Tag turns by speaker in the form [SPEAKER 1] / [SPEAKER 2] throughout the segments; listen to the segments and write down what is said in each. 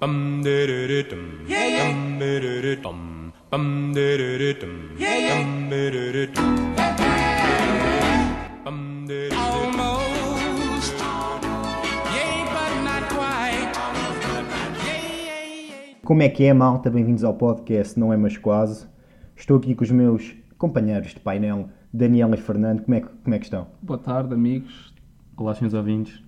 [SPEAKER 1] Bum de de de dum.
[SPEAKER 2] Yeah, yeah.
[SPEAKER 1] Bum de de de dum. Bum de de de dum.
[SPEAKER 2] Yeah, yeah.
[SPEAKER 1] Bum de de de dum. Bum de de de dum.
[SPEAKER 2] Almost. Yay, but not quite. Yay, yay, yay.
[SPEAKER 3] Como é que é, malta? Bem-vindos ao podcast Não É Mas Quase. Estou aqui com os meus companheiros de painel, Daniel e Fernando. Como é que, como é que estão?
[SPEAKER 4] Boa tarde, amigos. Olá, senhores ouvintes.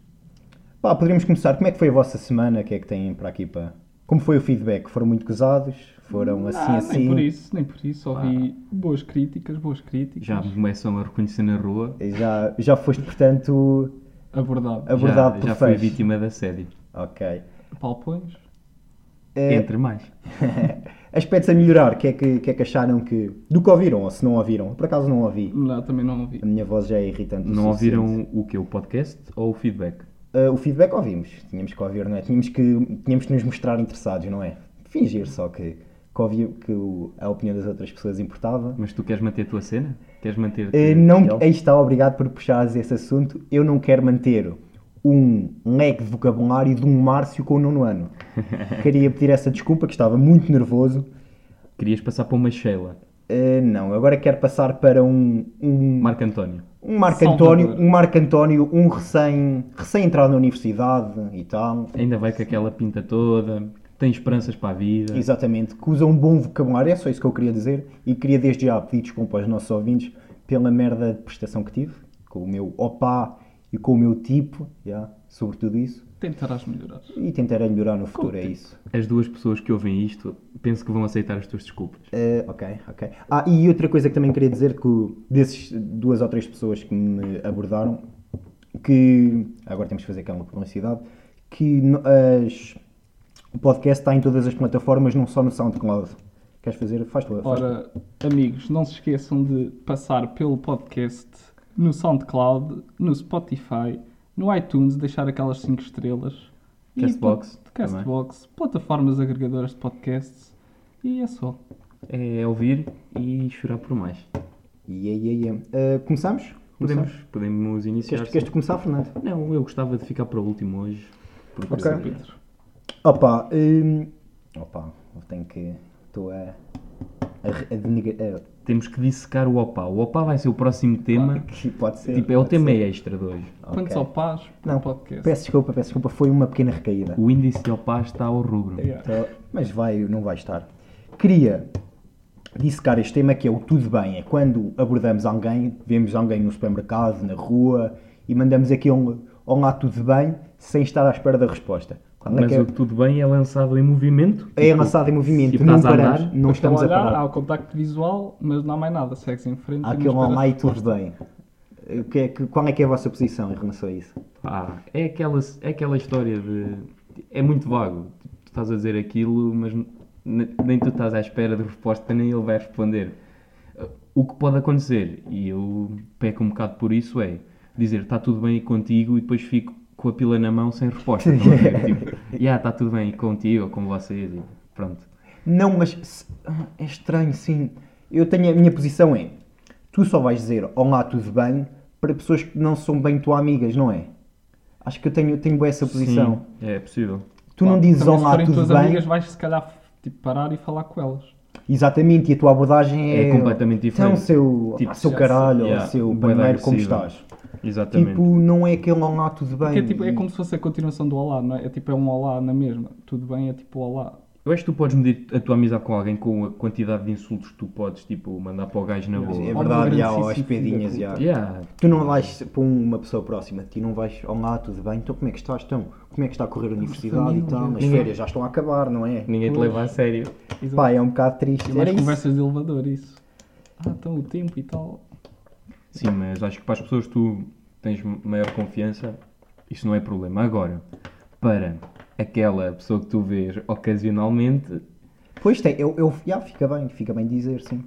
[SPEAKER 3] Pá, poderíamos começar. Como é que foi a vossa semana? O que é que têm para aqui para... Como foi o feedback? Foram muito gozados? Foram assim,
[SPEAKER 4] Ah,
[SPEAKER 3] assim?
[SPEAKER 4] Nem por isso, nem por isso. Ouvi boas críticas, boas críticas.
[SPEAKER 5] Já me começam a reconhecer na rua.
[SPEAKER 3] Já, já foste, portanto,
[SPEAKER 4] Abordado.
[SPEAKER 3] A- Abordado por
[SPEAKER 5] já, já fui
[SPEAKER 3] fãs.
[SPEAKER 5] vítima de assédio.
[SPEAKER 3] ok.
[SPEAKER 4] Palpões.
[SPEAKER 3] É.
[SPEAKER 5] Entre mais.
[SPEAKER 3] Aspectos a melhorar. O que, é que, o que é que acharam que... Do que ouviram ou se não ouviram? Por acaso não ouvi.
[SPEAKER 4] Não, também não ouvi.
[SPEAKER 3] A minha voz já é irritante. o
[SPEAKER 5] Não
[SPEAKER 3] suficiente.
[SPEAKER 5] ouviram o que? O podcast ou o feedback?
[SPEAKER 3] Ah, o feedback ouvimos, tínhamos que ouvir, não é? Tínhamos que, tínhamos que nos mostrar interessados, não é? Fingir só que, que, ouvi- que o- a opinião das outras pessoas importava.
[SPEAKER 5] Mas tu queres manter a tua cena? Queres manter.
[SPEAKER 3] Ah, não, aí está, obrigado por puxares esse assunto. Eu não quero manter um leque de vocabulário de um Márcio com o nono ano. Queria pedir essa desculpa, que estava muito nervoso.
[SPEAKER 5] Querias passar para uma Sheila.
[SPEAKER 3] Ah, não, agora quero passar para um, um,
[SPEAKER 5] Marco António.
[SPEAKER 3] um Marco
[SPEAKER 4] Salvador.
[SPEAKER 3] António, um Marco António, um recém, recém-entrado na universidade e tal.
[SPEAKER 5] Ainda vai com aquela pinta toda. Tem esperanças para a vida.
[SPEAKER 3] Exatamente, que usa um bom vocabulário, é só isso que eu queria dizer e queria desde já pedir desculpa aos nossos ouvintes pela merda de prestação que tive, com o meu opá e com o meu tipo, já, sobre tudo isso,
[SPEAKER 4] Tentarás melhorar.
[SPEAKER 3] e tentarei melhorar no futuro, é isso.
[SPEAKER 5] As duas pessoas que ouvem isto, penso que vão aceitar as tuas desculpas.
[SPEAKER 3] Eh, ok, ok. Ah, e outra coisa que também queria dizer que o- desses duas ou três pessoas que me abordaram, que agora temos que fazer aquela publicidade, que no- as- o podcast está em todas as plataformas, não só no SoundCloud. Queres fazer? Faz tu. faz tu.
[SPEAKER 4] Ora, amigos, não se esqueçam de passar pelo podcast no SoundCloud, no Spotify, no iTunes, deixar aquelas 5 estrelas. E
[SPEAKER 5] Castbox
[SPEAKER 4] plat- Castbox, plataformas agregadoras de podcasts. E é só.
[SPEAKER 5] É ouvir e chorar por mais.
[SPEAKER 3] Yeah, yeah, yeah. Ah, começamos?
[SPEAKER 5] Podemos,
[SPEAKER 3] Começamos?
[SPEAKER 5] podemos iniciar.
[SPEAKER 3] Queres, queres começar, Fernando?
[SPEAKER 5] Não, eu gostava de ficar para o último hoje. Porque
[SPEAKER 3] Ok.
[SPEAKER 4] Pedro.
[SPEAKER 3] Opa, hum, opa, eu tenho que. Estou a. a, re- a denegrir- ah,
[SPEAKER 5] temos que dissecar o OPA. O OPA vai ser o próximo tema.
[SPEAKER 3] que pode ser.
[SPEAKER 5] Tipo, é o
[SPEAKER 3] pode
[SPEAKER 5] tema é
[SPEAKER 3] ser.
[SPEAKER 5] extra de hoje.
[SPEAKER 3] É, Ok.
[SPEAKER 4] Quantos ao paz para
[SPEAKER 3] Não,
[SPEAKER 4] o podcast?
[SPEAKER 3] peço desculpa, peço desculpa, foi uma pequena recaída.
[SPEAKER 5] O índice de OPA está ao rubro.
[SPEAKER 4] Yeah.
[SPEAKER 3] Então,
[SPEAKER 5] Tá.
[SPEAKER 3] mas vai, não vai estar. Queria dissecar este tema que é o tudo bem. É quando abordamos alguém, vemos alguém no supermercado, na rua e mandamos um, aquele olá, tudo bem, sem estar à espera da resposta. Qual é
[SPEAKER 5] Mas
[SPEAKER 3] que é-
[SPEAKER 5] o Tudo Bem é lançado em movimento.
[SPEAKER 3] é
[SPEAKER 5] Tipo,
[SPEAKER 3] lançado em movimento,
[SPEAKER 5] tipo,
[SPEAKER 3] não
[SPEAKER 5] estás a andar,
[SPEAKER 3] paramos, não
[SPEAKER 4] Estão
[SPEAKER 3] estamos
[SPEAKER 4] a
[SPEAKER 3] a
[SPEAKER 4] olhar,
[SPEAKER 3] parar.
[SPEAKER 4] há o contacto visual, mas não há mais nada. Segues em frente. e
[SPEAKER 3] Há
[SPEAKER 4] não
[SPEAKER 3] aquele
[SPEAKER 4] esperas
[SPEAKER 3] online tudo
[SPEAKER 4] resposta.
[SPEAKER 3] bem. O que é que- qual é que é a vossa posição em relação a isso?
[SPEAKER 5] pá, é, aquela, é aquela história de. É muito vago. Tipo, Tu estás a dizer aquilo, mas n- nem tu estás à espera de resposta, nem ele vai responder. O que pode acontecer, e eu peco um bocado por isso, é dizer está tudo bem contigo e depois fico com a pila na mão sem resposta. estão a ver? tipo, "Ya, está tudo bem contigo ou com vocês. E pronto.
[SPEAKER 3] Não, mas se- ah, é estranho, sim. Eu tenho a minha posição é: tu só vais dizer olá, tudo bem, para pessoas que não são bem tuas amigas, não é? Acho que eu tenho, tenho bem essa posição.
[SPEAKER 5] Sim, é possível.
[SPEAKER 3] Tu não dizes
[SPEAKER 4] Também, se
[SPEAKER 3] olá,
[SPEAKER 4] forem
[SPEAKER 3] tudo
[SPEAKER 4] tuas
[SPEAKER 3] bem.
[SPEAKER 4] amigas, vais se calhar tipo, parar e falar com elas.
[SPEAKER 3] Exatamente, e a tua abordagem é.
[SPEAKER 5] É completamente
[SPEAKER 3] Então,
[SPEAKER 5] diferente.
[SPEAKER 3] seu,
[SPEAKER 5] Tipo,
[SPEAKER 3] ah, seu
[SPEAKER 4] já
[SPEAKER 3] caralho, ou
[SPEAKER 5] yeah,
[SPEAKER 3] seu
[SPEAKER 5] bué de
[SPEAKER 3] banheiro, como
[SPEAKER 5] agressivo.
[SPEAKER 3] estás?
[SPEAKER 5] Exatamente.
[SPEAKER 3] Tipo, não é aquele olá, tudo bem.
[SPEAKER 4] Porque é, tipo, é
[SPEAKER 3] e-
[SPEAKER 4] como se fosse a continuação do olá, não é? É tipo, é um olá na mesma. Tudo bem, é tipo olá.
[SPEAKER 5] Eu acho que tu podes medir a tua amizade com alguém com a quantidade de insultos que tu podes, tipo, mandar para o gajo na boa.
[SPEAKER 3] É
[SPEAKER 4] Olha,
[SPEAKER 3] verdade, já,
[SPEAKER 4] grandíssimo
[SPEAKER 3] ó, as
[SPEAKER 4] filho da
[SPEAKER 3] pedinhas, já.
[SPEAKER 4] puta.
[SPEAKER 5] Yeah.
[SPEAKER 3] Tu não vais para uma pessoa próxima de ti, não vais, olá, tudo bem, então como é que estás? Então, como é que está a correr a universidade e tal? As
[SPEAKER 5] Ninguém-
[SPEAKER 3] férias já estão a acabar, não é?
[SPEAKER 5] Ninguém te leva a sério.
[SPEAKER 4] Exato.
[SPEAKER 3] Pá, é um bocado triste.
[SPEAKER 4] E
[SPEAKER 3] Era
[SPEAKER 4] mais
[SPEAKER 3] isso.
[SPEAKER 4] conversas de elevador, isso. Ah, então o tempo e tal.
[SPEAKER 5] Sim, mas acho que para as pessoas que tu tens maior confiança, isso não é problema. Agora, para aquela pessoa que tu vês ocasionalmente,
[SPEAKER 3] Pois tem, eu, eu, já, fica bem, fica bem dizer, sim.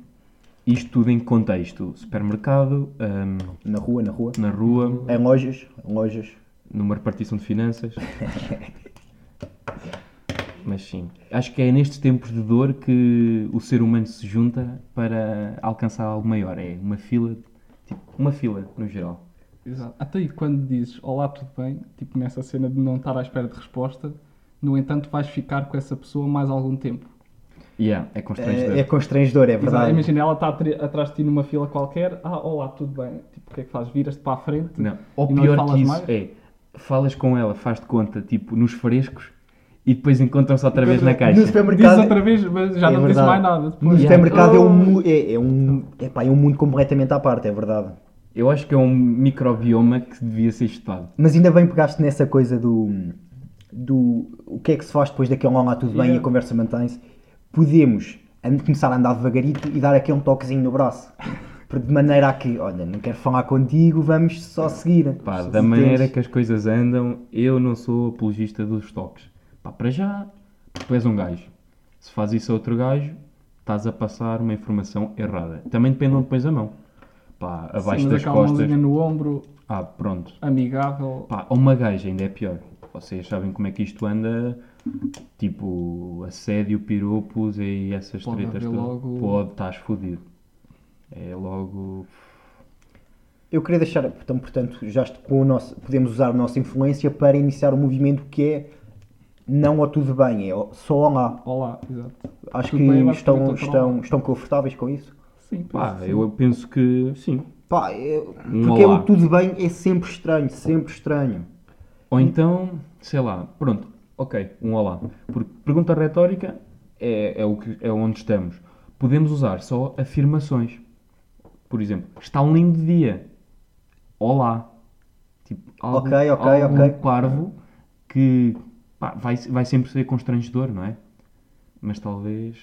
[SPEAKER 5] isto tudo em contexto. Supermercado, hum,
[SPEAKER 3] Na rua, na rua.
[SPEAKER 5] na rua,
[SPEAKER 3] Em lojas, em lojas.
[SPEAKER 5] numa repartição de finanças. Mas sim, acho que é nestes tempos de dor que o ser humano se junta para alcançar algo maior. É uma fila, tipo, uma fila no geral.
[SPEAKER 4] Exato. Até aí quando dizes olá, tudo bem, tipo nessa cena de não estar à espera de resposta, No entanto, vais ficar com essa pessoa mais algum tempo.
[SPEAKER 5] Yeah, é constrangedor.
[SPEAKER 3] É, é constrangedor, é
[SPEAKER 4] Exato.
[SPEAKER 3] verdade.
[SPEAKER 4] Imagina, ela está atri- atrás de ti numa fila qualquer. Ah, olá, tudo bem. Tipo, o que é que fazes? Viras-te para a frente?
[SPEAKER 5] Não. Ou
[SPEAKER 4] E não lhe
[SPEAKER 5] pior
[SPEAKER 4] falas
[SPEAKER 5] que isso
[SPEAKER 4] mais?
[SPEAKER 5] é, falas com ela, faz de conta, tipo, nos frescos e depois encontram-se outra vez na caixa.
[SPEAKER 3] No
[SPEAKER 4] Dizes
[SPEAKER 3] supermercado,
[SPEAKER 4] outra vez, mas já
[SPEAKER 3] É
[SPEAKER 4] não dizes
[SPEAKER 3] verdade.
[SPEAKER 4] mais nada.
[SPEAKER 3] no
[SPEAKER 4] Depois.
[SPEAKER 3] supermercado é,
[SPEAKER 4] Oh.
[SPEAKER 3] um, mu- é, é um, epá, é um mundo completamente à parte, é verdade.
[SPEAKER 5] Eu acho que é um microbioma que devia ser estudado.
[SPEAKER 3] Mas ainda bem pegaste nessa coisa do, do o que é que se faz depois daquele olá tudo bem e a
[SPEAKER 4] Yeah.
[SPEAKER 3] conversa mantém-se. Podemos an- começar a andar devagarito e dar aquele toquezinho no braço. Por- De maneira a que, olha, não quero falar contigo, vamos só seguir.
[SPEAKER 5] Pá,
[SPEAKER 3] Se
[SPEAKER 5] da
[SPEAKER 3] entendes.
[SPEAKER 5] maneira que as coisas andam, eu não sou apologista dos toques. Pá, para já, tu és um gajo. Se faz isso a outro gajo, estás a passar uma informação errada. Também dependam depois da mão. Pá, abaixo
[SPEAKER 4] Sim, mas
[SPEAKER 5] das
[SPEAKER 4] aquela
[SPEAKER 5] costas.
[SPEAKER 4] mãozinha no ombro,
[SPEAKER 5] Ah, pronto.
[SPEAKER 4] amigável.
[SPEAKER 5] Pá, ou uma gaja ainda é pior. Vocês sabem como é que isto anda, tipo, assédio, piropos e essas
[SPEAKER 4] Pode
[SPEAKER 5] tretas
[SPEAKER 4] haver
[SPEAKER 5] todas.
[SPEAKER 4] logo-
[SPEAKER 5] Pode, estás fodido. É logo...
[SPEAKER 3] Eu queria deixar, então, portanto, já est- com o nosso, podemos usar a nossa influência para iniciar um movimento que é não ao tudo bem, é ao- só ao lá.
[SPEAKER 4] Olá, exato.
[SPEAKER 3] Acho
[SPEAKER 4] Tudo
[SPEAKER 3] que
[SPEAKER 4] bem, vai
[SPEAKER 3] estão,
[SPEAKER 4] perguntar para o
[SPEAKER 3] estão,
[SPEAKER 4] olá.
[SPEAKER 3] estão confortáveis com isso.
[SPEAKER 4] Sim,
[SPEAKER 5] Pá,
[SPEAKER 4] penso que sim.
[SPEAKER 5] eu penso que sim.
[SPEAKER 3] Pá, eu-
[SPEAKER 5] Um
[SPEAKER 3] porque
[SPEAKER 5] olá.
[SPEAKER 3] o tudo bem é sempre estranho, sempre estranho. Hum.
[SPEAKER 5] Ou então, sei lá, pronto, ok, um olá. Porque pergunta retórica é, é, o que, é onde estamos. Podemos usar só afirmações. Por exemplo, está um lindo dia. Olá. Tipo, algo,
[SPEAKER 3] Ok, ok,
[SPEAKER 5] algum
[SPEAKER 3] ok.
[SPEAKER 5] parvo que pá, vai, vai sempre ser constrangedor, não é? Mas talvez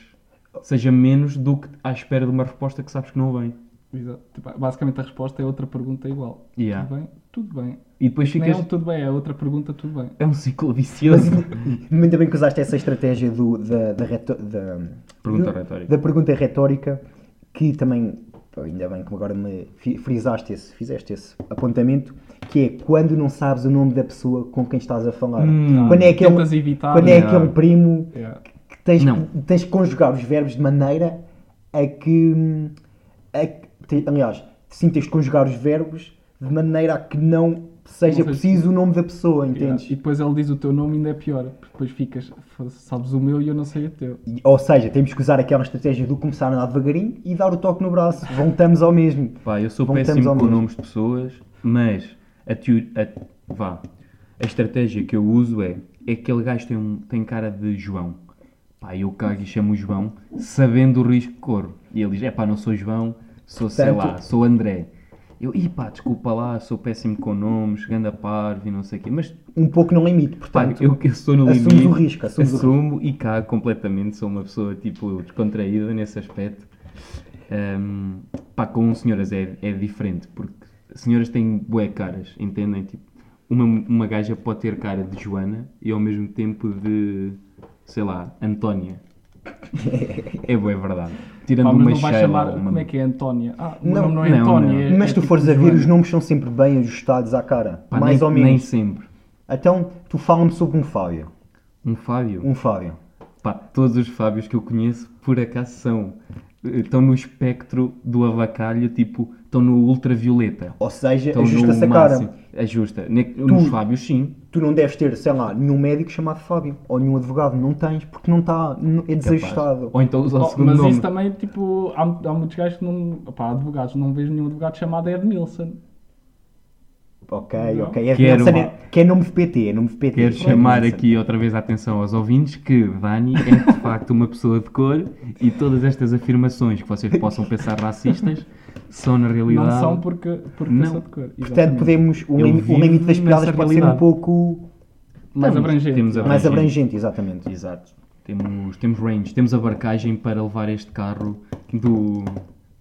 [SPEAKER 5] seja menos do que à espera de uma resposta que sabes que não vem.
[SPEAKER 4] Exato. Tipo, Basicamente a resposta é outra pergunta igual.
[SPEAKER 5] Yeah.
[SPEAKER 4] Tudo bem? Tudo bem.
[SPEAKER 5] E depois
[SPEAKER 4] Não é
[SPEAKER 5] ficas.
[SPEAKER 4] um tudo bem, é outra pergunta, tudo bem.
[SPEAKER 5] É um ciclo
[SPEAKER 3] Mas
[SPEAKER 5] vicioso.
[SPEAKER 3] ainda bem que usaste essa estratégia do- da, da, reto- da-
[SPEAKER 5] Pergunta
[SPEAKER 3] do-
[SPEAKER 5] retórica.
[SPEAKER 3] da pergunta retórica, que também, pô, ainda bem que agora me fi- frisaste esse, fizeste esse apontamento, que é quando não sabes o nome da pessoa com quem estás a falar.
[SPEAKER 5] Hum.
[SPEAKER 3] quando é aquele,
[SPEAKER 4] Tentas evitar,
[SPEAKER 3] quando é
[SPEAKER 5] yeah.
[SPEAKER 3] aquele primo
[SPEAKER 4] Yeah.
[SPEAKER 3] que tens,
[SPEAKER 5] Não.
[SPEAKER 3] que tens que conjugar os verbos de maneira a que. A, que- te- aliás, sim, tens de conjugar os verbos de maneira a que não seja
[SPEAKER 4] seja-
[SPEAKER 3] preciso o nome da pessoa, entendes?
[SPEAKER 4] E depois ele diz o teu nome e ainda é pior. porque Depois ficas, "Foda-se, sabes o meu e eu não sei o teu.
[SPEAKER 3] E- Ou seja, temos que usar aquela estratégia do começar a andar devagarinho e dar o toque no braço. Voltamos ao mesmo.
[SPEAKER 5] Pá, eu sou
[SPEAKER 3] Voltamos ao
[SPEAKER 5] péssimo com
[SPEAKER 3] mesmo.
[SPEAKER 5] nomes de pessoas, mas a, teo- a- vá, a estratégia que eu uso é, é que aquele gajo tem, um, tem cara de João. Pá, eu cago e chamo o João, sabendo o risco que corro. E ele diz, é pá, não sou João, sou sei
[SPEAKER 3] Portanto-
[SPEAKER 5] lá, sou André. Eu, ih pá, desculpa lá, sou péssimo com nomes, ganda parvo e não sei o quê. Mas,
[SPEAKER 3] Um pouco no limite,
[SPEAKER 5] pá,
[SPEAKER 3] portanto.
[SPEAKER 5] eu que sou no
[SPEAKER 3] assumes
[SPEAKER 5] limite,
[SPEAKER 3] o risco, assumes o
[SPEAKER 5] assumo e cago completamente, sou uma pessoa, tipo, descontraída nesse aspecto. Ahm, pá, com senhoras é, é diferente, porque senhoras têm bué caras, entendem? Tipo, uma, uma gaja pode ter cara de Joana e ao mesmo tempo de, sei lá, Antónia. é bué verdade. Tirando
[SPEAKER 4] Pá, mas
[SPEAKER 5] uma
[SPEAKER 4] não vais
[SPEAKER 5] Sheila
[SPEAKER 4] chamar,
[SPEAKER 5] ou uma-
[SPEAKER 4] como é que é Antónia? Ah, o meu
[SPEAKER 3] Não,
[SPEAKER 4] nome não é
[SPEAKER 5] não,
[SPEAKER 4] Antónia.
[SPEAKER 5] não.
[SPEAKER 4] é-
[SPEAKER 3] Mas tu
[SPEAKER 4] é tipo
[SPEAKER 3] fores a ver,
[SPEAKER 4] Joana.
[SPEAKER 3] os nomes são sempre bem ajustados à cara.
[SPEAKER 5] um Pá,
[SPEAKER 3] mais
[SPEAKER 5] nem,
[SPEAKER 3] ou
[SPEAKER 5] Nem
[SPEAKER 3] menos.
[SPEAKER 5] sempre.
[SPEAKER 3] Então, tu fala-me sobre um Fábio.
[SPEAKER 5] Um Fábio.
[SPEAKER 3] Um Fábio.
[SPEAKER 5] Pá, todos os Fábios que eu conheço, por acaso, são. eh, Estão no espectro do avacalho, tipo, estão no ultravioleta.
[SPEAKER 3] Ou seja,
[SPEAKER 4] É
[SPEAKER 5] Estão
[SPEAKER 3] ajusta-se a
[SPEAKER 5] Então, no
[SPEAKER 3] cara.
[SPEAKER 5] máximo. Ajusta. Ne Nos Fábios, sim.
[SPEAKER 3] Tu não deves ter, sei lá, nenhum médico chamado Fábio. Ou nenhum advogado. Não tens, porque não está. É desajustado.
[SPEAKER 5] Ou então usa o
[SPEAKER 4] Oh,
[SPEAKER 5] segundo
[SPEAKER 4] mas
[SPEAKER 5] nome.
[SPEAKER 4] isso também, tipo, há, há muitos gajos que não. Pá, advogados, não vejo nenhum advogado chamado Edmilson.
[SPEAKER 3] Ok,
[SPEAKER 4] Não.
[SPEAKER 3] ok. É,
[SPEAKER 5] Quero
[SPEAKER 3] não sei,
[SPEAKER 5] uma-
[SPEAKER 3] né? que é nome de PT. É nome de PT.
[SPEAKER 5] Quero
[SPEAKER 3] Pronto,
[SPEAKER 5] chamar
[SPEAKER 3] não sei.
[SPEAKER 5] aqui outra vez a atenção aos ouvintes que Dani é de facto uma pessoa de cor e todas estas afirmações que vocês possam pensar racistas são na realidade.
[SPEAKER 4] Não são porque, porque
[SPEAKER 5] Não.
[SPEAKER 4] sou de cor.
[SPEAKER 3] Portanto,
[SPEAKER 4] exatamente.
[SPEAKER 3] podemos. O,
[SPEAKER 5] Eu
[SPEAKER 3] lim- o
[SPEAKER 5] vivo
[SPEAKER 3] limite das
[SPEAKER 5] nessa
[SPEAKER 3] piadas pode ser um
[SPEAKER 5] realidade.
[SPEAKER 3] pouco
[SPEAKER 4] mais
[SPEAKER 5] Temos-
[SPEAKER 4] abrangente.
[SPEAKER 5] Temos abrangente.
[SPEAKER 3] mais abrangente, exatamente.
[SPEAKER 5] Exato. Temos, temos range, temos abarcagem para levar este carro do,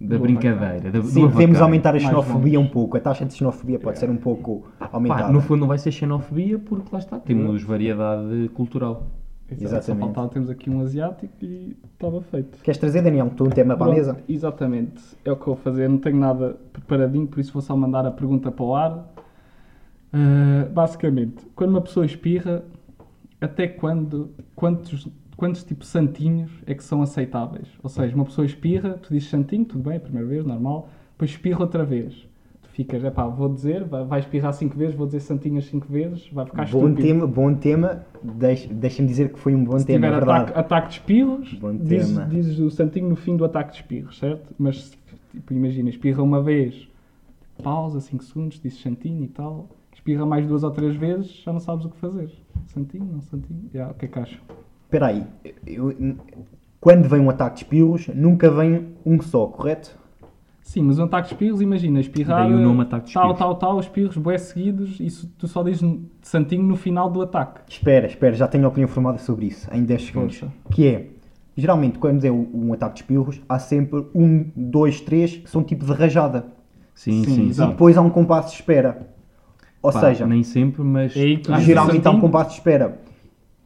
[SPEAKER 5] da
[SPEAKER 4] Do
[SPEAKER 5] brincadeira. da- do
[SPEAKER 3] Sim, devemos
[SPEAKER 5] avacalho.
[SPEAKER 3] aumentar a
[SPEAKER 4] Mais
[SPEAKER 3] xenofobia um pouco. A taxa de xenofobia pode ser um pouco aumentada.
[SPEAKER 5] Pá, no fundo não vai ser xenofobia porque lá está, temos variedade cultural.
[SPEAKER 4] Exato, Só
[SPEAKER 3] Exatamente.
[SPEAKER 4] faltava, temos aqui um asiático e estava feito.
[SPEAKER 3] Queres trazer, Daniel, tu um tema para a
[SPEAKER 4] Pronto,
[SPEAKER 3] mesa?
[SPEAKER 4] Exatamente, é o que eu vou fazer. Não tenho nada preparadinho, por isso vou só mandar a pergunta para o ar. Ah, basicamente, quando uma pessoa espirra, até quando, quantos, quantos tipo santinhos é que são aceitáveis? Ou seja, uma pessoa espirra, tu dizes santinho, tudo bem, a primeira vez, normal, depois espirra outra vez. Tu ficas, é pá, vou dizer, vai, vai espirrar 5 vezes, vou dizer santinhas 5 vezes, vai ficar
[SPEAKER 3] Bom
[SPEAKER 4] estúpido.
[SPEAKER 3] tema, bom tema. Deixa- Deixa-me dizer que foi um bom
[SPEAKER 4] Se
[SPEAKER 3] tema, é
[SPEAKER 4] tiver
[SPEAKER 3] verdade.
[SPEAKER 4] ataque, ataque de espirros,
[SPEAKER 3] Bom
[SPEAKER 4] dizes,
[SPEAKER 3] tema.
[SPEAKER 4] dizes o santinho no fim do ataque de espirros, certo? Mas, tipo, imagina, espirra uma vez, pausa 5 segundos, dizes santinho e tal, espirra mais duas ou três vezes, já não sabes o que fazer. Santinho, não santinho, já, o que é que achas?
[SPEAKER 3] Espera aí. eu- eu- Quando vem um ataque de espirros, nunca vem um só, correto?
[SPEAKER 4] Sim, mas um ataque de espirros, imagina, espirrar.
[SPEAKER 5] Daí o nome ataque de
[SPEAKER 4] tal,
[SPEAKER 5] espirros.
[SPEAKER 4] tal, tal, espirros, bué seguidos, isso tu só dizes santinho no final do ataque.
[SPEAKER 3] Espera, espera, já tenho a opinião formada sobre isso, em 10 segundos.
[SPEAKER 4] Força.
[SPEAKER 3] Que é, geralmente, quando é um, um ataque de espirros, há sempre um, dois, três que são tipo de rajada.
[SPEAKER 5] Sim,
[SPEAKER 4] Sim,
[SPEAKER 5] sim.
[SPEAKER 3] E
[SPEAKER 4] exato.
[SPEAKER 3] depois há um compasso de espera. Ou
[SPEAKER 5] Pá,
[SPEAKER 3] seja,
[SPEAKER 5] Nem sempre, mas.
[SPEAKER 4] É aí que tu dizes
[SPEAKER 3] geralmente há um
[SPEAKER 4] santinho,
[SPEAKER 3] compasso de espera.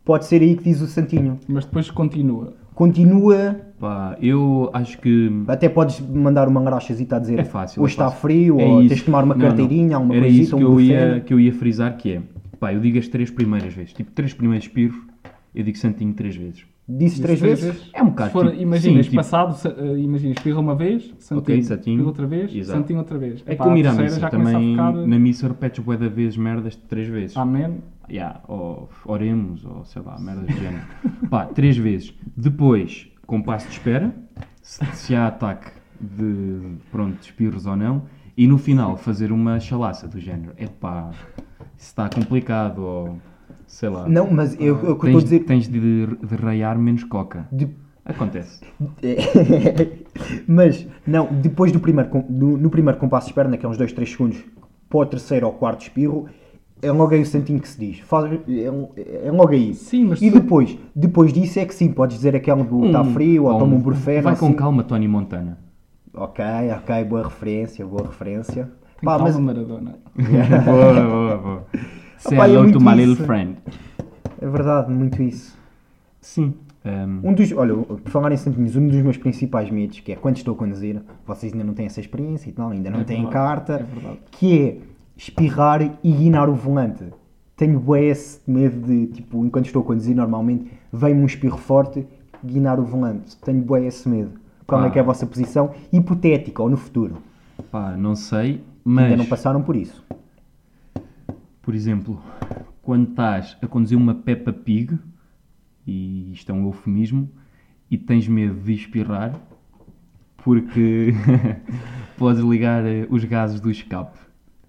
[SPEAKER 3] Pode ser aí que diz o Santinho.
[SPEAKER 4] Mas depois continua.
[SPEAKER 3] Continua,
[SPEAKER 5] Pá, eu acho que.
[SPEAKER 3] até podes mandar uma graxazita a dizer
[SPEAKER 5] É fácil,
[SPEAKER 3] hoje
[SPEAKER 5] é
[SPEAKER 3] está
[SPEAKER 5] fácil.
[SPEAKER 3] frio,
[SPEAKER 5] É
[SPEAKER 3] ou
[SPEAKER 5] isso.
[SPEAKER 3] tens de tomar uma
[SPEAKER 5] Não, não.
[SPEAKER 3] carteirinha, alguma
[SPEAKER 5] Era
[SPEAKER 3] coisita,
[SPEAKER 5] isso
[SPEAKER 3] um
[SPEAKER 5] que eu, ia,
[SPEAKER 3] buffet.
[SPEAKER 5] que eu ia frisar, que é... Pá, eu digo as três primeiras vezes. Tipo, três primeiros espirros, eu digo santinho três vezes.
[SPEAKER 3] Dizes três, vezes,
[SPEAKER 5] É um bocado,
[SPEAKER 4] Se for,
[SPEAKER 5] tipo,
[SPEAKER 4] imagina,
[SPEAKER 5] sim,
[SPEAKER 4] és
[SPEAKER 5] tipo-
[SPEAKER 4] passado, sa- eh, imagina, espirra uma vez, santinho,
[SPEAKER 5] Ok, santinho.
[SPEAKER 4] espirra outra vez,
[SPEAKER 5] Exato.
[SPEAKER 4] santinho outra vez.
[SPEAKER 5] É
[SPEAKER 4] Epá,
[SPEAKER 5] como ir à
[SPEAKER 4] a terceira
[SPEAKER 5] missa.
[SPEAKER 4] já começa
[SPEAKER 5] Também na
[SPEAKER 4] a ficar...
[SPEAKER 5] missa repetes bué da vezes merdas três vezes.
[SPEAKER 3] Ah,
[SPEAKER 4] Amém.
[SPEAKER 5] Yeah, ou oremos, ou sei lá, merdas do género. Pá, três vezes. Depois, compasso de espera, se, se há ataque de, pronto, de espirros ou não. E no final, fazer uma chalaça do género. Epá, isso está complicado, ou sei lá.
[SPEAKER 3] Não, mas eu, eu, o que eu estou a
[SPEAKER 5] Ah, tens,
[SPEAKER 3] dizer.
[SPEAKER 5] tens de, de raiar menos coca.
[SPEAKER 3] de-
[SPEAKER 5] Acontece.
[SPEAKER 3] mas, não, depois do primeiro, com- do- no primeiro compasso de perna, que é uns 2, 3 segundos, para o terceiro ou quarto espirro, é logo aí o santinho que se diz. Faz, é, é logo aí.
[SPEAKER 4] Sim, mas
[SPEAKER 3] E
[SPEAKER 4] tu-
[SPEAKER 3] depois, depois disso é que sim, podes dizer aquele do está frio, ou toma um burfé,
[SPEAKER 5] Vai
[SPEAKER 3] não
[SPEAKER 5] com
[SPEAKER 3] sei.
[SPEAKER 5] calma, Tony Montana.
[SPEAKER 3] Ok, ok, boa referência, boa referência.
[SPEAKER 4] Tem
[SPEAKER 3] Pá,
[SPEAKER 4] calma,
[SPEAKER 3] mas
[SPEAKER 4] Maradona.
[SPEAKER 5] boa, boa, boa. Say
[SPEAKER 3] Opa, é
[SPEAKER 5] hello
[SPEAKER 3] muito
[SPEAKER 5] to my
[SPEAKER 3] isso.
[SPEAKER 5] little friend.
[SPEAKER 3] é verdade, muito isso.
[SPEAKER 5] Sim. Um,
[SPEAKER 3] Um dos, olha, por falar em santinhos, um dos meus principais medos, que é quando estou a conduzir, vocês ainda não têm essa experiência e tal, ainda não
[SPEAKER 4] É
[SPEAKER 3] têm
[SPEAKER 4] verdade,
[SPEAKER 3] carta,
[SPEAKER 4] é verdade.
[SPEAKER 3] que é espirrar e guinar o volante. Tenho bué esse medo de, tipo, enquanto estou a conduzir normalmente, vem-me um espirro forte, guinar o volante. Tenho bué esse medo. Qual é
[SPEAKER 5] Pá.
[SPEAKER 3] que é a vossa posição hipotética ou no futuro?
[SPEAKER 5] Pá, não sei,
[SPEAKER 3] Ainda
[SPEAKER 5] mas,
[SPEAKER 3] não passaram por isso.
[SPEAKER 5] por exemplo, quando estás a conduzir uma Peppa Pig, e isto é um eufemismo, e tens medo de espirrar, porque podes ligar eh, os gases do escape.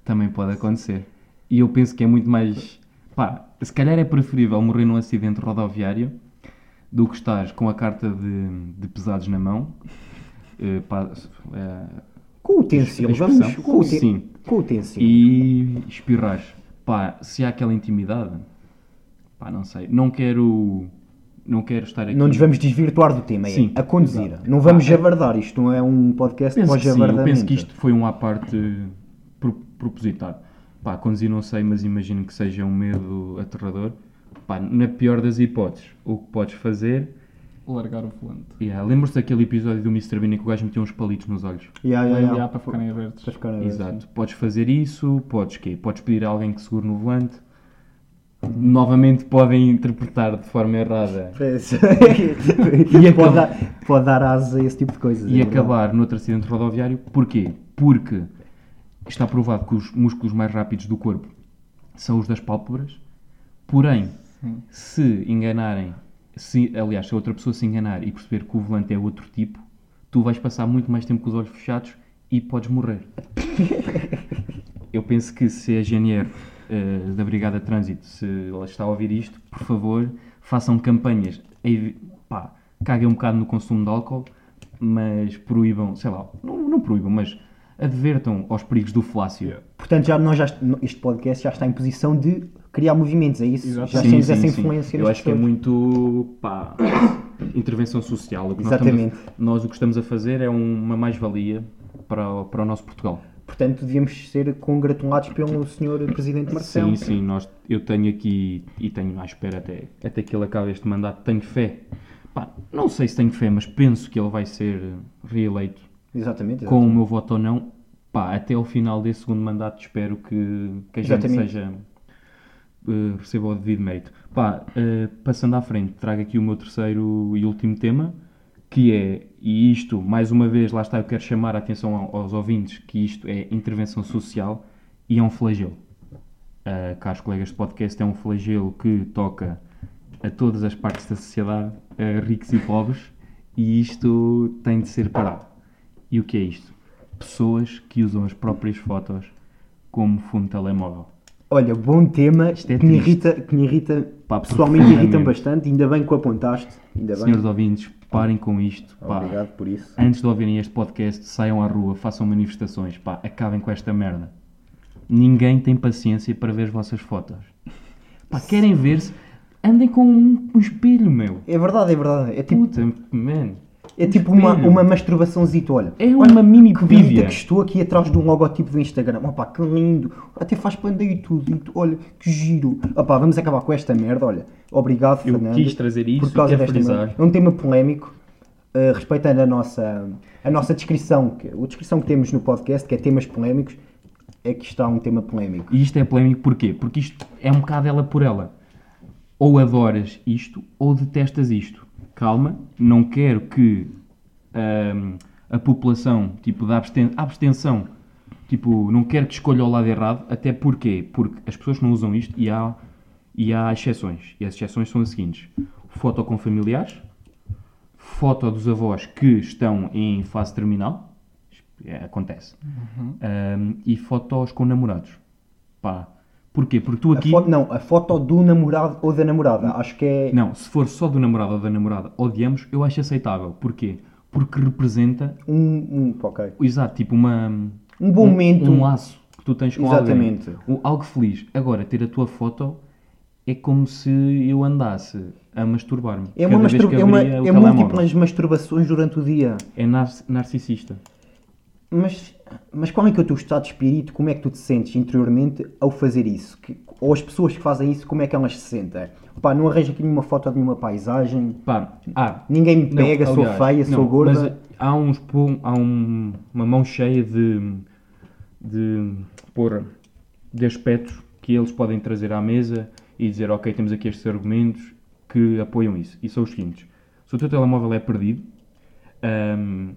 [SPEAKER 5] Também pode acontecer. E eu penso que é muito mais... Pá, se calhar é preferível morrer num acidente rodoviário do que estares com a carta de, de pesados na mão. eh, pá, eh,
[SPEAKER 3] Com o utensílio,
[SPEAKER 5] Expressão.
[SPEAKER 3] vamos. Com o, uten-
[SPEAKER 5] Sim.
[SPEAKER 3] com o utensílio.
[SPEAKER 5] e espirrar. Pá, se há aquela intimidade, pá, não sei. Não quero, não quero estar aqui.
[SPEAKER 3] Não nos vamos desvirtuar do tema, é
[SPEAKER 5] Sim,
[SPEAKER 3] a conduzir. Não vamos
[SPEAKER 5] Ah,
[SPEAKER 3] javardar, isto não é um podcast
[SPEAKER 5] penso
[SPEAKER 3] para
[SPEAKER 5] que sim, eu
[SPEAKER 3] javardamento.
[SPEAKER 5] penso que isto foi um à parte pro, propositado. Pá, conduzir não sei, mas imagino que seja um medo aterrador. Pá, na pior das hipóteses, o que podes fazer...
[SPEAKER 4] Largar o volante.
[SPEAKER 5] Yeah, Lembras-te daquele episódio do Mr. Bean em que o gajo metia uns palitos nos olhos?
[SPEAKER 3] Ya, ya, ya.
[SPEAKER 5] é,
[SPEAKER 4] Vai olhar para ficarem abertos.
[SPEAKER 3] Para ficar a ver.
[SPEAKER 5] Exato. Podes fazer isso, podes quê? Podes pedir a alguém que segure no volante. Novamente podem interpretar de forma errada
[SPEAKER 3] Pois.
[SPEAKER 5] acaba-
[SPEAKER 3] pode, dar, pode dar asa a esse tipo de coisas.
[SPEAKER 5] e
[SPEAKER 3] é verdade.
[SPEAKER 5] acabar noutro acidente rodoviário. Porquê? Porque está provado que os músculos mais rápidos do corpo são os das pálpebras. Porém, se enganarem, se, aliás, se a outra pessoa se enganar e perceber que o volante é outro tipo, tu vais passar muito mais tempo com os olhos fechados e podes morrer. Eu penso que se a GNR eh, da Brigada de Trânsito, se ela está a ouvir isto, por favor, façam campanhas. Evi- Pá, caguem um bocado no consumo de álcool, mas proíbam, sei lá, não, não proíbam, mas advertam aos perigos do flácio.
[SPEAKER 3] Portanto, já, nós já, est- este podcast já está em posição de criar movimentos, é isso? Já
[SPEAKER 5] Sim,
[SPEAKER 3] temos
[SPEAKER 5] sim,
[SPEAKER 3] essa
[SPEAKER 5] sim.
[SPEAKER 3] influência.
[SPEAKER 5] Eu
[SPEAKER 3] nas
[SPEAKER 5] acho que é
[SPEAKER 3] pessoas.
[SPEAKER 5] muito, pá, intervenção social. O que nós
[SPEAKER 3] Exatamente.
[SPEAKER 5] estamos a- nós o que estamos a fazer é uma mais-valia para, o- para o nosso Portugal.
[SPEAKER 3] Portanto, devíamos ser congratulados pelo senhor Presidente Marcelo.
[SPEAKER 5] Sim, sim, nós, eu tenho aqui e tenho à espera até, até que ele acabe este mandato, tenho fé. Pá, não sei se tenho fé, mas penso que ele vai ser eh, reeleito
[SPEAKER 3] Exatamente.
[SPEAKER 5] com o
[SPEAKER 3] exatamente.
[SPEAKER 5] meu voto ou não. Pá, até ao final desse segundo mandato espero que, que a gente
[SPEAKER 3] Exatamente.
[SPEAKER 5] seja eh, receba o devido mérito. Pá, eh, passando à frente, trago aqui o meu terceiro e último tema, que é, e isto, mais uma vez, lá está, eu quero chamar a atenção ao- aos ouvintes, que isto é intervenção social e é um flagelo. Uh, caros colegas de podcast, é um flagelo que toca a todas as partes da sociedade, a ricos e pobres, e isto tem de ser parado. E o que é isto? Pessoas que usam as próprias fotos como fundo de telemóvel.
[SPEAKER 3] Olha, bom tema
[SPEAKER 5] Isto é
[SPEAKER 3] que, me
[SPEAKER 5] triste.
[SPEAKER 3] irrita, que me irrita,
[SPEAKER 5] Pá,
[SPEAKER 3] pessoalmente irrita
[SPEAKER 5] profundamente.
[SPEAKER 3] bastante, ainda bem que o apontaste, ainda Tá bem.
[SPEAKER 5] Senhores ouvintes, parem com isto. Pá.
[SPEAKER 3] Obrigado por isso.
[SPEAKER 5] Antes de ouvirem este podcast, saiam à rua, façam manifestações, pá, acabem com esta merda. Ninguém tem paciência para ver as vossas fotos. Pá, querem ver-se? Andem com um, um espelho, meu.
[SPEAKER 3] É verdade, é verdade. É tipo,
[SPEAKER 5] Puta, man.
[SPEAKER 3] é tipo uma,
[SPEAKER 5] espelho.
[SPEAKER 3] uma masturbaçãozita, olha.
[SPEAKER 5] É uma mini
[SPEAKER 3] Que bonita
[SPEAKER 5] bíblia.
[SPEAKER 3] que estou aqui atrás de um logotipo do Instagram. Opa, que lindo. Até faz panda e tudo. E tu- Olha, que giro. Opa, vamos acabar com esta merda, olha. Obrigado,
[SPEAKER 5] Eu
[SPEAKER 3] Fernando.
[SPEAKER 5] quis trazer isso,
[SPEAKER 3] por causa
[SPEAKER 5] quero
[SPEAKER 3] desta merda.
[SPEAKER 5] frisar.
[SPEAKER 3] É um tema polémico. eh, respeitando a nossa, a nossa descrição, que, a descrição que temos no podcast, que é temas polémicos, é que está um tema polémico.
[SPEAKER 5] E isto é polémico porquê? Porque isto é um bocado ela por ela. Ou adoras isto ou detestas isto. Calma, não quero que ahm, a população, tipo, da absten- abstenção, tipo, não quero que escolha o lado errado, até porquê? Porque as pessoas não usam isto e há, e há exceções. E as exceções são as seguintes: foto com familiares, foto dos avós que estão em fase terminal, é, acontece,
[SPEAKER 3] Uhum.
[SPEAKER 5] Ahm, e fotos com namorados. Pá. Porquê? Porque tu
[SPEAKER 3] A
[SPEAKER 5] aqui.
[SPEAKER 3] foto- não, a foto do namorado ou da namorada. Acho que é.
[SPEAKER 5] Não, se for só do namorado ou da namorada ou de ambos, eu acho aceitável. Porquê? Porque representa,
[SPEAKER 3] Um, um, ok.
[SPEAKER 5] exato, tipo uma.
[SPEAKER 3] Um bom momento.
[SPEAKER 5] Um laço que tu tens com
[SPEAKER 3] Exatamente.
[SPEAKER 5] alguém. Um- Algo feliz. Agora, ter a tua foto é como se eu andasse a masturbar-me.
[SPEAKER 3] É,
[SPEAKER 5] Cada
[SPEAKER 3] uma
[SPEAKER 5] vez que
[SPEAKER 3] mastur- é, uma,
[SPEAKER 5] abria
[SPEAKER 3] é
[SPEAKER 5] o telemóvel.
[SPEAKER 3] múltiplas masturbações durante o dia.
[SPEAKER 5] É nar- narcisista.
[SPEAKER 3] Mas, mas qual é que é o teu estado de espírito? Como é que tu te sentes interiormente ao fazer isso? Que- ou as pessoas que fazem isso, como é que elas se sentem? Pá, não arranja aqui nenhuma foto de nenhuma paisagem.
[SPEAKER 5] Pá, ah,
[SPEAKER 3] Ninguém me
[SPEAKER 5] Não,
[SPEAKER 3] pega, sou
[SPEAKER 5] aliás,
[SPEAKER 3] feia, sou
[SPEAKER 5] não,
[SPEAKER 3] gorda.
[SPEAKER 5] Mas há uns pum- há um- uma mão cheia de, de porra, de aspectos que eles podem trazer à mesa e dizer, ok, temos aqui estes argumentos que apoiam isso. E são os seguintes. Se o teu telemóvel é perdido, ahm,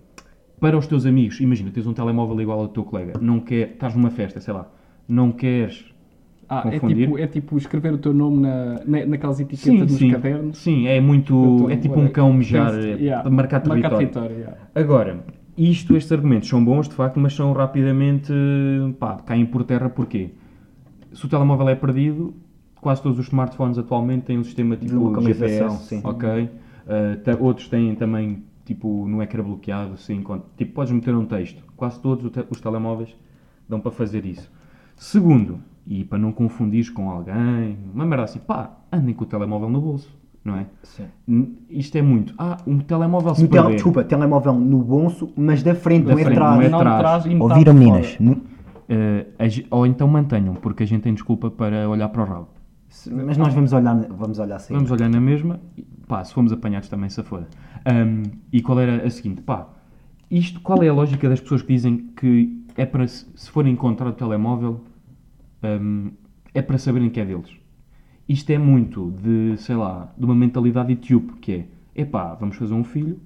[SPEAKER 5] para os teus amigos, imagina, tens um telemóvel igual ao teu colega, não quer, estás numa festa, sei lá, não queres
[SPEAKER 4] Ah, é
[SPEAKER 5] Confundir.
[SPEAKER 4] tipo, é tipo escrever o teu nome na, na- naquelas etiquetas dos
[SPEAKER 5] sim,
[SPEAKER 4] cadernos. Então,
[SPEAKER 5] sim, é
[SPEAKER 4] Eu
[SPEAKER 5] muito,
[SPEAKER 4] tô-
[SPEAKER 5] é tipo um
[SPEAKER 4] whatever.
[SPEAKER 5] cão mejar,
[SPEAKER 4] Tem-
[SPEAKER 5] é,
[SPEAKER 4] yeah,
[SPEAKER 5] para marcar território.
[SPEAKER 4] yeah.
[SPEAKER 5] Agora, isto, estes argumentos são bons de facto, mas são rapidamente pá, caem por terra porquê? Se o telemóvel é perdido, quase todos os smartphones atualmente têm um sistema
[SPEAKER 3] De
[SPEAKER 5] tipo
[SPEAKER 3] localização,
[SPEAKER 5] GPS,
[SPEAKER 3] sim.
[SPEAKER 5] ok? Ah, ta- outros têm também tipo no ecrã bloqueado, sim, con- tipo podes meter um texto. Quase todos o te- os telemóveis dão para fazer isso. Segundo, e para não confundires com alguém, uma merda assim, pá, andem com o telemóvel no bolso, não é?
[SPEAKER 3] Sim.
[SPEAKER 5] N- Isto é muito. Ah, um telemóvel se
[SPEAKER 3] No tel-
[SPEAKER 5] perder.
[SPEAKER 3] desculpa, telemóvel no bolso, mas da frente,
[SPEAKER 5] Da
[SPEAKER 3] não é
[SPEAKER 5] frente,
[SPEAKER 3] atrás.
[SPEAKER 5] não é
[SPEAKER 4] Não
[SPEAKER 5] atrás.
[SPEAKER 4] traz e metade
[SPEAKER 3] Ouviram,
[SPEAKER 4] fora.
[SPEAKER 3] meninas? N-
[SPEAKER 5] Eh, a ge- ou então mantenham, porque a gente tem desculpa para olhar para o rabo.
[SPEAKER 3] se- Mas nós vamos olhar, vamos olhar assim.
[SPEAKER 5] Vamos olhar na mesma, e, pá, se fomos apanhados também, safada. Ahm, e qual era a seguinte, pá, isto, qual é a lógica das pessoas que dizem que é para, se se forem encontrar o telemóvel, ahm, é para saberem que é deles? Isto é muito de, sei lá, de uma mentalidade etíope, que é, epá, vamos fazer um filho,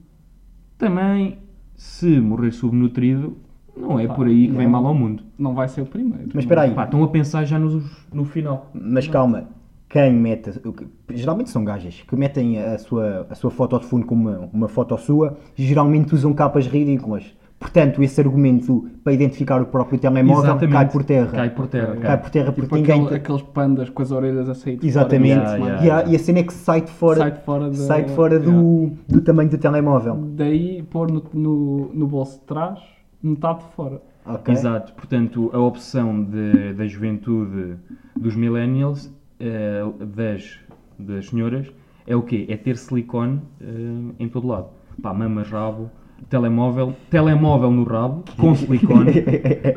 [SPEAKER 5] também, se morrer subnutrido, não é por aí que vem
[SPEAKER 4] não.
[SPEAKER 5] mal ao mundo.
[SPEAKER 4] Não vai ser o primeiro.
[SPEAKER 3] Mas espera aí,
[SPEAKER 5] Pá, estão a pensar já nos- no final.
[SPEAKER 3] Mas calma, quem mete. o que- Geralmente são gajas que metem a sua, a sua foto de fundo com uma, uma foto sua, geralmente usam capas ridículas. Portanto, esse argumento para identificar o próprio telemóvel cai por terra.
[SPEAKER 5] Cai por terra.
[SPEAKER 3] Cai por terra
[SPEAKER 4] Tipo
[SPEAKER 3] porque ninguém.
[SPEAKER 4] aquele-
[SPEAKER 3] te-
[SPEAKER 4] aqueles pandas com as orelhas a sair de
[SPEAKER 3] Exatamente.
[SPEAKER 4] fora.
[SPEAKER 5] Yeah, yeah,
[SPEAKER 3] E a- E a cena é que sai de fora,
[SPEAKER 4] Sai de fora da-
[SPEAKER 3] sai de fora do, do tamanho do telemóvel.
[SPEAKER 4] Daí pôr no, no, no bolso de trás, metade de fora.
[SPEAKER 3] Ok?
[SPEAKER 5] Exato. Portanto, a opção de- da juventude dos millennials, eh, das, das senhoras, é o quê? É ter silicone eh, em todo lado. Pá, mamas, rabo, telemóvel, telemóvel no rabo, com silicone.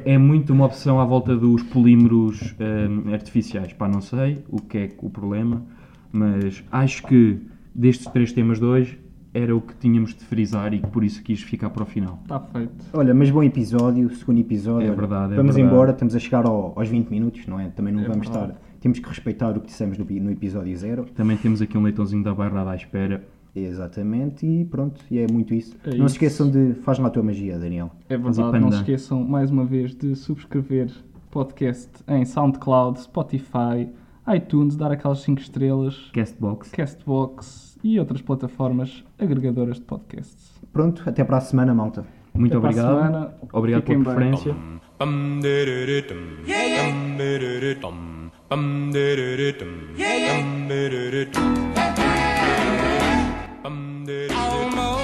[SPEAKER 5] é muito uma opção à volta dos polímeros eh, artificiais. Pá, não sei o que é o problema, mas acho que destes três temas de hoje era o que tínhamos de frisar e por isso quis ficar para o final.
[SPEAKER 4] Está feito.
[SPEAKER 3] Olha, mas bom episódio, segundo episódio.
[SPEAKER 5] É
[SPEAKER 3] olha,
[SPEAKER 5] verdade, é
[SPEAKER 3] Vamos
[SPEAKER 5] verdade.
[SPEAKER 3] embora, estamos a chegar ao- aos 20 minutos, não é? Também não vamos estar. Temos que respeitar o que dissemos no, pi- no episódio zero.
[SPEAKER 5] Também temos aqui um leitãozinho da Bairrada à espera.
[SPEAKER 3] Exatamente, e pronto, e é muito isso.
[SPEAKER 4] É
[SPEAKER 3] não
[SPEAKER 4] isso.
[SPEAKER 3] se esqueçam de. Faz lá a tua magia, Daniel.
[SPEAKER 4] É
[SPEAKER 5] Mas e
[SPEAKER 4] verdade, não
[SPEAKER 5] Panda?
[SPEAKER 4] se esqueçam mais uma vez de subscrever podcast em SoundCloud, Spotify, iTunes, dar aquelas 5 estrelas,
[SPEAKER 5] Castbox.
[SPEAKER 4] Castbox e outras plataformas agregadoras de podcasts.
[SPEAKER 3] Pronto, até para a semana, malta.
[SPEAKER 5] Muito
[SPEAKER 4] Até é para a
[SPEAKER 5] obrigado.
[SPEAKER 4] semana.
[SPEAKER 5] Obrigado
[SPEAKER 4] Fiquem
[SPEAKER 5] pela
[SPEAKER 4] bem.
[SPEAKER 5] preferência.
[SPEAKER 1] Bum de de de dum. Bum de de de dum. Bum de de de dum. Bum de de de dum. Bum de de de dum.
[SPEAKER 2] Almost.